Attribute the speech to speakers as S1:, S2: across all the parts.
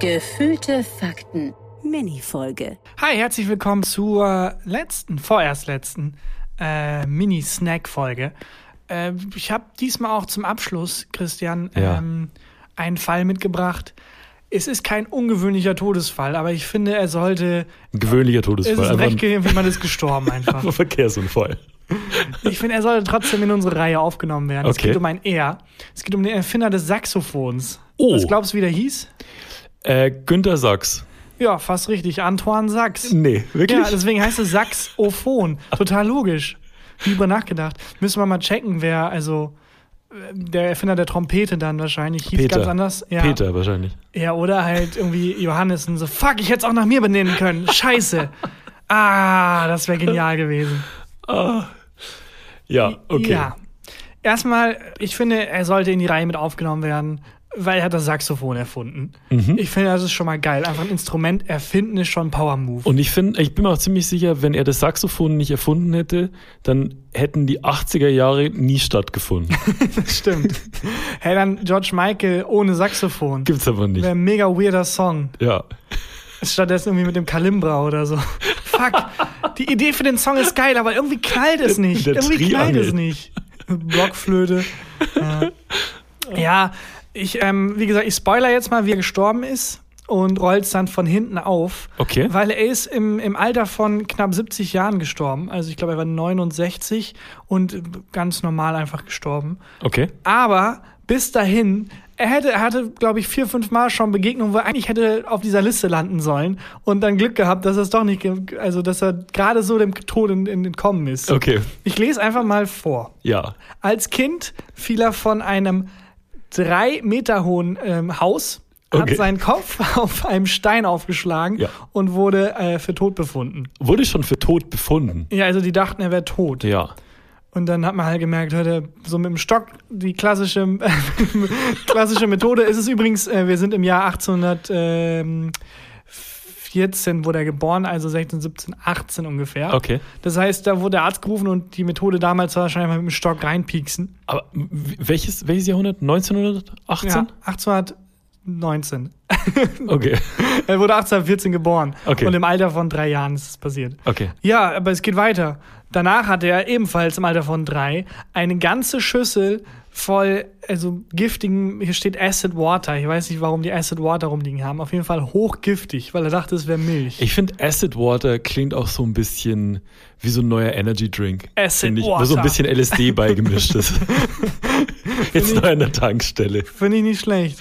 S1: Gefühlte Fakten. Mini-Folge.
S2: Hi, herzlich willkommen zur letzten, vorerst letzten äh, Mini-Snack-Folge. Äh, ich habe diesmal auch zum Abschluss, Christian,
S3: Ja.
S2: ähm, einen Fall mitgebracht. Es ist kein ungewöhnlicher Todesfall, aber ich finde, er sollte.
S3: Ein gewöhnlicher
S2: Es
S3: Todesfall.
S2: ist recht
S3: einfach
S2: gegeben, wie man ist gestorben einfach.
S3: ein Verkehrsunfall.
S2: Ich finde, er sollte trotzdem in unsere Reihe aufgenommen werden. Es
S3: Okay.
S2: geht um ein Er. Es geht um den Erfinder des Saxophons.
S3: Oh.
S2: Was glaubst du, wie der hieß?
S3: Äh, Günther Sachs.
S2: Ja, fast richtig. Antoine Sachs.
S3: Nee, wirklich?
S2: Ja, deswegen heißt es Saxophon. Total logisch. Nie drüber nachgedacht. Müssen wir mal checken, wer, also äh, der Erfinder der Trompete dann wahrscheinlich hieß
S3: Peter.
S2: ganz anders. Ja.
S3: Peter wahrscheinlich.
S2: Ja, oder halt irgendwie Johannes und so, fuck, ich hätte es auch nach mir benennen können. Scheiße. Ah, das wäre genial gewesen.
S3: Ja, okay.
S2: Ja. Erstmal, ich finde, er sollte in die Reihe mit aufgenommen werden, weil er hat das Saxophon erfunden.
S3: Mhm.
S2: Ich finde, das ist schon mal geil. Einfach ein Instrument erfinden ist schon ein Power-Move.
S3: Und ich finde, ich bin mir auch ziemlich sicher, wenn er das Saxophon nicht erfunden hätte, dann hätten die 80er Jahre nie stattgefunden.
S2: Stimmt. hey, dann George Michael ohne Saxophon.
S3: Gibt's aber nicht.
S2: Wäre ein mega weirder Song.
S3: Ja.
S2: Stattdessen irgendwie mit dem Kalimbra oder so. Fuck. Die Idee für den Song ist geil, aber irgendwie knallt es nicht.
S3: Der
S2: irgendwie knallt
S3: Triangel.
S2: es nicht. Blockflöte. Ja, ja ich, ähm, wie gesagt, ich spoiler jetzt mal, wie er gestorben ist und rollt es dann von hinten auf.
S3: Okay.
S2: Weil er ist im, im Alter von knapp 70 Jahren gestorben. Also ich glaube, er war 69 und ganz normal einfach gestorben.
S3: Okay.
S2: Aber bis dahin, er hätte, er hatte, glaube ich, vier, fünf Mal schon Begegnungen, wo er eigentlich hätte auf dieser Liste landen sollen und dann Glück gehabt, dass er es doch nicht, ge- also dass er gerade so dem Tod in- in- entkommen ist.
S3: Okay.
S2: Ich lese einfach mal vor.
S3: Ja.
S2: Als Kind fiel er von einem drei Meter hohen ähm, Haus,
S3: Okay.
S2: hat seinen Kopf auf einem Stein aufgeschlagen
S3: Ja.
S2: und wurde äh, für tot befunden.
S3: Wurde schon für tot befunden.
S2: Ja, also die dachten, er wäre tot.
S3: Ja.
S2: Und dann hat man halt gemerkt, hörte, so mit dem Stock, die klassische, klassische Methode ist es übrigens, äh, wir sind im Jahr 1814, wurde er geboren, also 16, 17, 18 ungefähr.
S3: Okay.
S2: Das heißt, da wurde der Arzt gerufen und die Methode damals war wahrscheinlich mal mit dem Stock reinpieksen.
S3: Aber w- welches, welches Jahrhundert? 1918?
S2: Ja, 1819.
S3: Okay.
S2: Er wurde 1814 geboren.
S3: Okay.
S2: Und im Alter von drei Jahren ist es passiert.
S3: Okay.
S2: Ja, aber es geht weiter. Danach hatte er ebenfalls im Alter von drei eine ganze Schüssel voll, also giftigen, hier steht Acid Water. Ich weiß nicht, warum die Acid Water rumliegen haben. Auf jeden Fall hochgiftig, weil er dachte, es wäre Milch.
S3: Ich finde Acid Water klingt auch so ein bisschen wie so ein neuer Energy Drink.
S2: Acid
S3: Find ich,
S2: Water.
S3: Wo so ein bisschen LSD beigemischt ist. Jetzt noch an der Tankstelle.
S2: Finde ich nicht schlecht.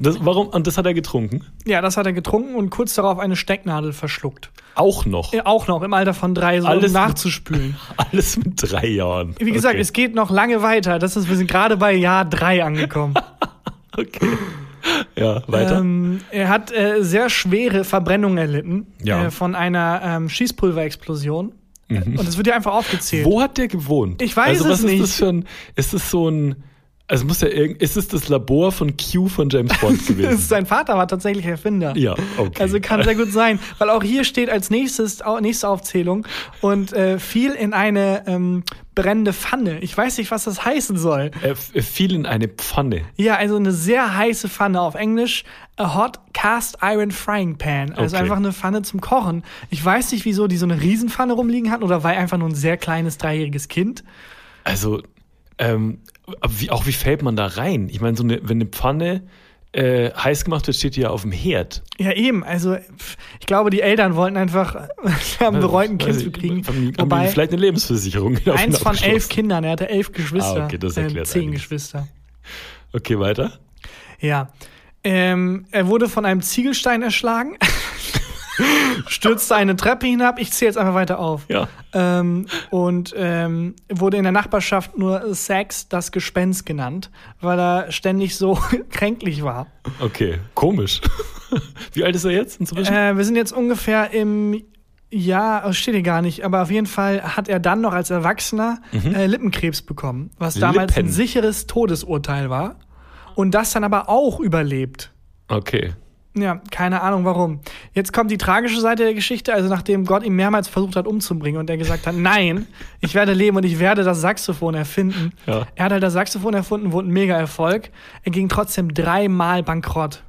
S3: Das, warum? Und das hat er getrunken?
S2: Ja, das hat er getrunken und kurz darauf eine Stecknadel verschluckt.
S3: Auch noch.
S2: Äh, Auch noch im Alter von drei, so
S3: Alles
S2: um nachzuspülen.
S3: Alles mit drei Jahren.
S2: Wie gesagt,
S3: okay.
S2: es geht noch lange weiter. Das ist, wir sind gerade bei Jahr drei angekommen.
S3: Okay. Ja, weiter.
S2: Ähm, er hat äh, sehr schwere Verbrennungen erlitten
S3: Ja. Mhm.
S2: äh, von einer ähm, Schießpulverexplosion. Und es wird ja einfach aufgezählt.
S3: Wo hat der gewohnt?
S2: Ich weiß
S3: also,
S2: es
S3: was
S2: nicht.
S3: Ist das für ein, ist das so ein. Also muss ja irgend, ist es das Labor von Q von James Bond gewesen?
S2: Sein Vater war tatsächlich Erfinder.
S3: ja, okay.
S2: Also kann sehr gut sein, weil auch hier steht als nächstes au- nächste Aufzählung und äh, fiel in eine ähm, brennende Pfanne. Ich weiß nicht, was das heißen soll.
S3: er, f- er fiel in eine Pfanne.
S2: Ja, also eine sehr heiße Pfanne auf Englisch, a hot cast iron frying pan. Also
S3: Okay.
S2: einfach eine Pfanne zum Kochen. Ich weiß nicht, wieso die so eine Riesenpfanne rumliegen hatten oder war er einfach nur ein sehr kleines dreijähriges Kind.
S3: Also, ähm, aber wie, auch wie fällt man da rein? Ich meine, so eine, wenn eine Pfanne äh, heiß gemacht wird, steht die ja auf dem Herd.
S2: Ja, eben. Also pff, ich glaube, die Eltern wollten einfach, sie haben
S3: Also,
S2: bereut, ein Kind
S3: Weiß
S2: zu
S3: ich,
S2: kriegen.
S3: Haben die, haben die
S2: Wobei,
S3: vielleicht eine Lebensversicherung. davon
S2: eins von elf
S3: abgeschlossen?
S2: Kindern, er hatte elf Geschwister.
S3: Ah, okay, das
S2: äh,
S3: erklärt
S2: Zehn
S3: einiges.
S2: Geschwister.
S3: Okay, weiter.
S2: Ja. Ähm, er wurde von einem Ziegelstein erschlagen, stürzte eine Treppe hinab. Ich zähle jetzt einfach weiter auf.
S3: Ja.
S2: Ähm, und ähm, wurde in der Nachbarschaft nur Sex das Gespenst genannt, weil er ständig so kränklich war.
S3: Okay, komisch. Wie alt ist er jetzt inzwischen?
S2: Äh, wir sind jetzt ungefähr im Jahr, oh, steht hier gar nicht, aber auf jeden Fall hat er dann noch als Erwachsener äh, Lippenkrebs bekommen, was damals
S3: Lippen.
S2: ein sicheres Todesurteil war. Und das dann aber auch überlebt.
S3: Okay.
S2: Ja, keine Ahnung warum. Jetzt kommt die tragische Seite der Geschichte, also nachdem Gott ihn mehrmals versucht hat umzubringen und er gesagt hat, nein, ich werde leben und ich werde das Saxophon erfinden.
S3: Ja.
S2: Er hat halt das Saxophon erfunden, wurde ein mega Erfolg. Er ging trotzdem dreimal bankrott.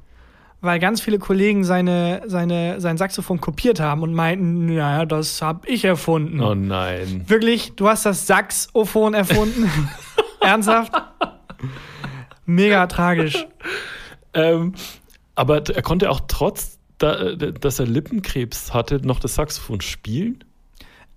S2: weil ganz viele Kollegen seine, seine, sein Saxophon kopiert haben und meinten, naja, das habe ich erfunden.
S3: Oh nein.
S2: Wirklich, du hast das Saxophon erfunden? Ernsthaft? Mega tragisch.
S3: Ähm, aber t- er konnte auch trotz, da, d- dass er Lippenkrebs hatte, noch das Saxophon spielen.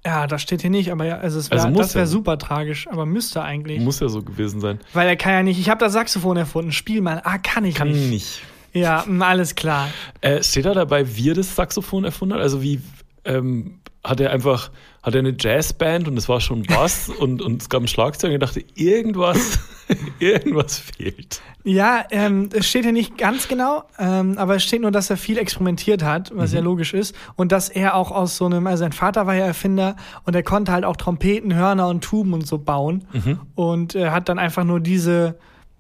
S2: Ja, das steht hier nicht, aber ja, also es wär,
S3: Also muss
S2: das wäre
S3: er.
S2: super tragisch, aber müsste eigentlich.
S3: Muss ja so gewesen sein.
S2: Weil er kann ja nicht, ich habe das Saxophon erfunden, spiel mal. Ah, kann ich
S3: Kann
S2: nicht.
S3: nicht.
S2: Ja, mm, alles klar.
S3: Äh, steht da dabei, wie er das Saxophon erfunden hat? Also wie ähm, hat er einfach, hat er eine Jazzband und es war schon Bass und, und es gab ein Schlagzeug und er dachte, irgendwas, irgendwas fehlt.
S2: Ja, ähm, es steht hier nicht ganz genau, ähm, aber es steht nur, dass er viel experimentiert hat, was ja logisch ist, und dass er auch aus so einem, also sein Vater war ja Erfinder und er konnte halt auch Trompeten, Hörner und Tuben und so bauen und äh, hat dann einfach nur diese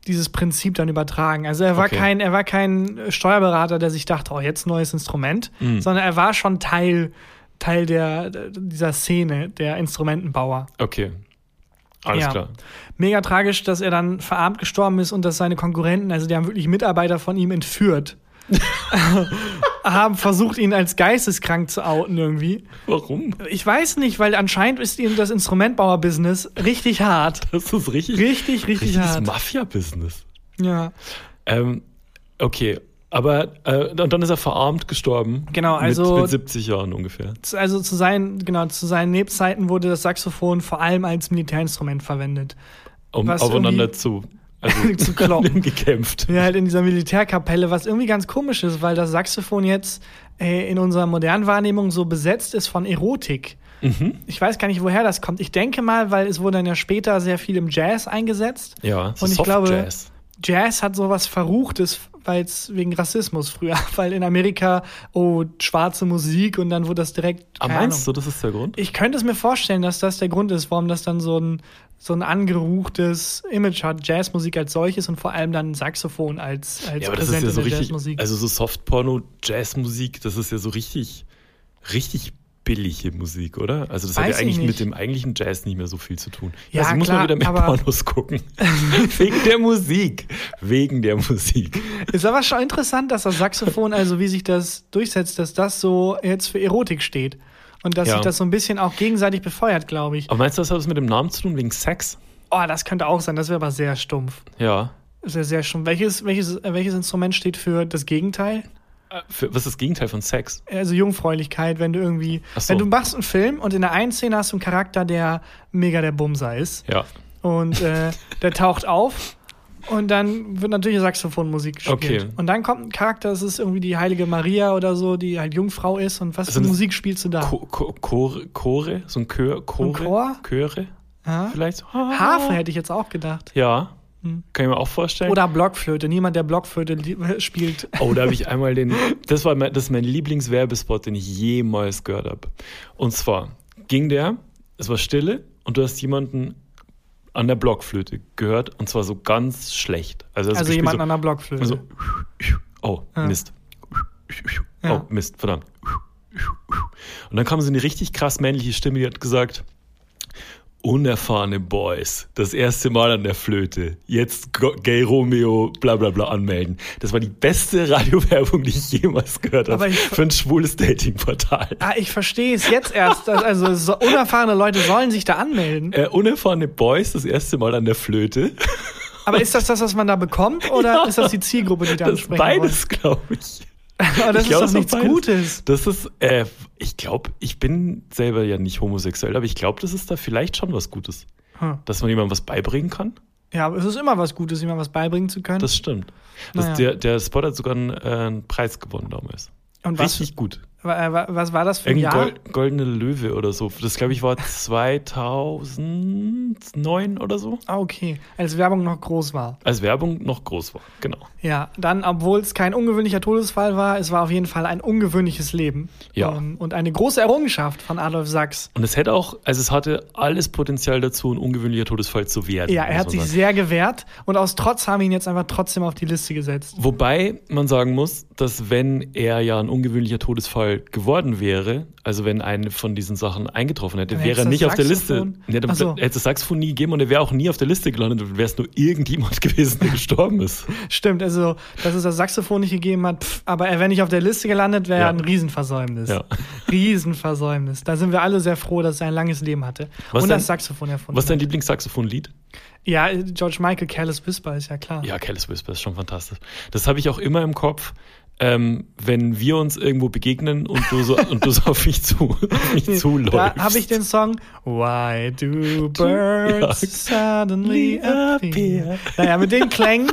S2: dieses Prinzip dann übertragen. Also er war
S3: Okay.
S2: kein, er war kein Steuerberater, der sich dachte, oh jetzt neues Instrument, sondern er war schon Teil Teil der dieser Szene, der Instrumentenbauer.
S3: Okay. Alles
S2: Ja.
S3: klar.
S2: Mega tragisch, dass er dann verarmt gestorben ist und dass seine Konkurrenten, also die haben wirklich Mitarbeiter von ihm entführt, haben versucht, ihn als geisteskrank zu outen irgendwie.
S3: Warum?
S2: Ich weiß nicht, weil anscheinend ist ihm das Instrumentbauer-Business richtig hart.
S3: Das ist richtig.
S2: Richtig, richtig
S3: richtiges
S2: hart.
S3: Mafia-Business.
S2: Ja,
S3: Ähm, okay. Aber äh, und dann ist er verarmt gestorben.
S2: Genau, also-
S3: Mit, mit 70 Jahren ungefähr.
S2: Zu- also zu seinen, genau, zu seinen Lebzeiten wurde das Saxophon vor allem als Militärinstrument verwendet.
S3: Um
S2: Was
S3: aufeinander
S2: irgendwie-
S3: zu, also,
S2: Zu kloppen.
S3: an dem gekämpft.
S2: Ja, halt in dieser Militärkapelle, was irgendwie ganz komisch ist, weil das Saxophon jetzt äh, in unserer modernen Wahrnehmung so besetzt ist von Erotik.
S3: Mhm.
S2: Ich weiß gar nicht, woher das kommt. Ich denke mal, weil es wurde dann ja später sehr viel im Jazz eingesetzt.
S3: Ja, so
S2: Und ich
S3: Soft
S2: glaube-
S3: Jazz.
S2: Jazz hat sowas Verruchtes, weil es wegen Rassismus früher, weil in Amerika, oh, schwarze Musik und dann wurde das direkt.
S3: Ah,
S2: keine
S3: meinst
S2: Ahnung.
S3: du, das ist der Grund?
S2: Ich könnte es mir vorstellen, dass das der Grund ist, warum das dann so ein, so ein angeruchtes Image hat. Jazzmusik als solches und vor allem dann Saxophon als, als
S3: Ja, aber das ist
S2: präsente
S3: ja so richtig,
S2: Jazzmusik.
S3: also so Softporno, Jazzmusik, das ist ja so richtig, richtig billige Musik, oder? Also das hat
S2: Weiß
S3: ja
S2: ich
S3: eigentlich mit
S2: nicht.
S3: dem eigentlichen Jazz nicht mehr so viel zu tun.
S2: Ja,
S3: also muss man
S2: klar,
S3: wieder mehr
S2: aber-
S3: Pornos gucken. Wegen der Musik. Wegen der Musik.
S2: Ist aber schon interessant, dass das Saxophon, also wie sich das durchsetzt, dass das so jetzt für Erotik steht. Und dass
S3: Ja.
S2: sich das so ein bisschen auch gegenseitig befeuert, glaube ich.
S3: Aber meinst du, das hat was mit dem Namen zu tun, wegen Sex?
S2: Oh, das könnte auch sein, das wäre aber sehr stumpf.
S3: Ja.
S2: Sehr, sehr stumpf. Welches, welches, äh, welches Instrument steht für das Gegenteil?
S3: Äh, Für, was ist das Gegenteil von Sex?
S2: Also Jungfräulichkeit, wenn du irgendwie.
S3: Ach so.
S2: Wenn du machst einen Film und in der einen Szene hast du einen Charakter, der mega der Bumser ist.
S3: Ja.
S2: Und äh, der taucht auf. Und dann wird natürlich Saxophonmusik gespielt.
S3: Okay.
S2: Und dann kommt ein Charakter, das ist irgendwie die heilige Maria oder so, die halt Jungfrau ist. Und was
S3: Also
S2: für
S3: das-
S2: Musik spielst du da?
S3: Ko Ko Chore, Chore? So ein Chör, Chore?
S2: Chor?
S3: Chöre?
S2: Ja?
S3: Vielleicht?
S2: Harfe hätte ich jetzt auch gedacht.
S3: Ja. Kann ich mir auch vorstellen.
S2: Hm. Oder Blockflöte. Niemand, der Blockflöte li- spielt.
S3: Oh, da habe ich einmal den. Das war mein, das ist mein Lieblingswerbespot, den ich jemals gehört habe. Und zwar ging der, es war Stille und du hast jemanden an der Blockflöte gehört und zwar so ganz schlecht. Also, er hat
S2: Also
S3: gespielt
S2: jemand
S3: so, also
S2: an der Blockflöte.
S3: so, oh, Mist.
S2: Mhm. Ja.
S3: Oh, Mist, verdammt. Und dann kam so eine richtig krass männliche Stimme, die hat gesagt, unerfahrene Boys, das erste Mal an der Flöte, jetzt Go- Gay Romeo, bla bla bla anmelden. Das war die beste Radiowerbung, die ich jemals gehört
S2: Aber
S3: habe
S2: ich-
S3: für ein schwules Datingportal.
S2: Ah, ich verstehe es jetzt erst. Dass, also so, unerfahrene Leute sollen sich da anmelden.
S3: Äh, unerfahrene Boys, das erste Mal an der Flöte.
S2: Aber ist das das, was man da bekommt? Oder
S3: Ja.
S2: ist das die Zielgruppe, die da
S3: Das
S2: ansprechen
S3: beides, glaube ich.
S2: wollen? Aber das
S3: Ich glaub,
S2: ist doch
S3: war
S2: nichts
S3: beides.
S2: Gutes.
S3: Das ist, äh, ich glaube, ich bin selber ja nicht homosexuell, aber ich glaube, das ist da vielleicht schon was Gutes.
S2: Hm.
S3: Dass man jemandem was beibringen kann.
S2: Ja, aber es ist immer was Gutes, jemandem was beibringen zu können.
S3: Das stimmt. Das,
S2: Naja.
S3: der, der Spot hat sogar einen, äh, einen Preis gewonnen damals.
S2: Und was,
S3: Richtig gut.
S2: wa- äh, wa- was war das für ein
S3: Irgendein
S2: Jahr?
S3: Gol goldene Löwe oder so. Das glaube ich war 2009 oder so.
S2: Ah, okay. Als Werbung noch groß war.
S3: Als Werbung noch groß war. Genau.
S2: Ja, dann, obwohl es kein ungewöhnlicher Todesfall war, es war auf jeden Fall ein ungewöhnliches Leben.
S3: Ja.
S2: Ähm, und eine große Errungenschaft von Adolf Sachs.
S3: Und es hätte auch, also es hatte alles Potenzial dazu, ein ungewöhnlicher Todesfall zu werden.
S2: Ja, er
S3: muss
S2: hat
S3: man
S2: sich
S3: sagen.
S2: sehr gewehrt und aus Trotz haben wir ihn jetzt einfach trotzdem auf die Liste gesetzt.
S3: Wobei man sagen muss, dass wenn er ja ein ungewöhnlicher Todesfall Fall geworden wäre, also wenn eine von diesen Sachen eingetroffen hätte,
S2: Dann hättest
S3: wäre er
S2: du
S3: nicht
S2: das
S3: auf der Liste.
S2: Saxophon.
S3: Ja, dann
S2: Ach so.
S3: hätte es Saxophon nie gegeben und er wäre auch nie auf der Liste gelandet und wäre es nur irgendjemand gewesen, der gestorben ist.
S2: Stimmt, also, dass es das Saxophon nicht gegeben hat, pff, aber er wäre nicht auf der Liste gelandet, wäre
S3: Ja.
S2: ein Riesenversäumnis.
S3: Ja.
S2: Riesenversäumnis. Da sind wir alle sehr froh, dass er ein langes Leben hatte.
S3: Was
S2: Und
S3: denn-
S2: das Saxophon erfunden
S3: Was ist dein
S2: hat.
S3: Lieblingssaxophonlied?
S2: Ja, äh, George Michael, Careless Whisper, ist ja klar.
S3: Ja, Careless Whisper ist schon fantastisch. Das habe ich auch immer im Kopf, ähm, wenn wir uns irgendwo begegnen und du so, und du so auf mich zu, auf mich zuläufst.
S2: Da habe ich den Song Why do birds suddenly appear? Naja, mit den Klängen,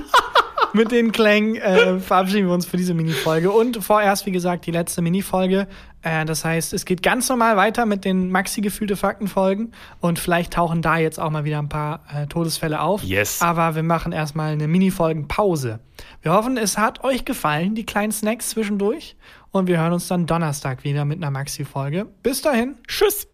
S2: mit den Klängen äh, verabschieden wir uns für diese Minifolge. Und vorerst, wie gesagt, die letzte Minifolge. Äh, das heißt, es geht ganz normal weiter mit den Maxi-gefühlte Faktenfolgen. Und vielleicht tauchen da jetzt auch mal wieder ein paar äh, Todesfälle auf.
S3: Yes.
S2: Aber wir machen erstmal eine Minifolgenpause. Wir hoffen, es hat euch gefallen, die kleinen Snacks zwischendurch. Und wir hören uns dann Donnerstag wieder mit einer Maxi-Folge. Bis dahin.
S3: Tschüss!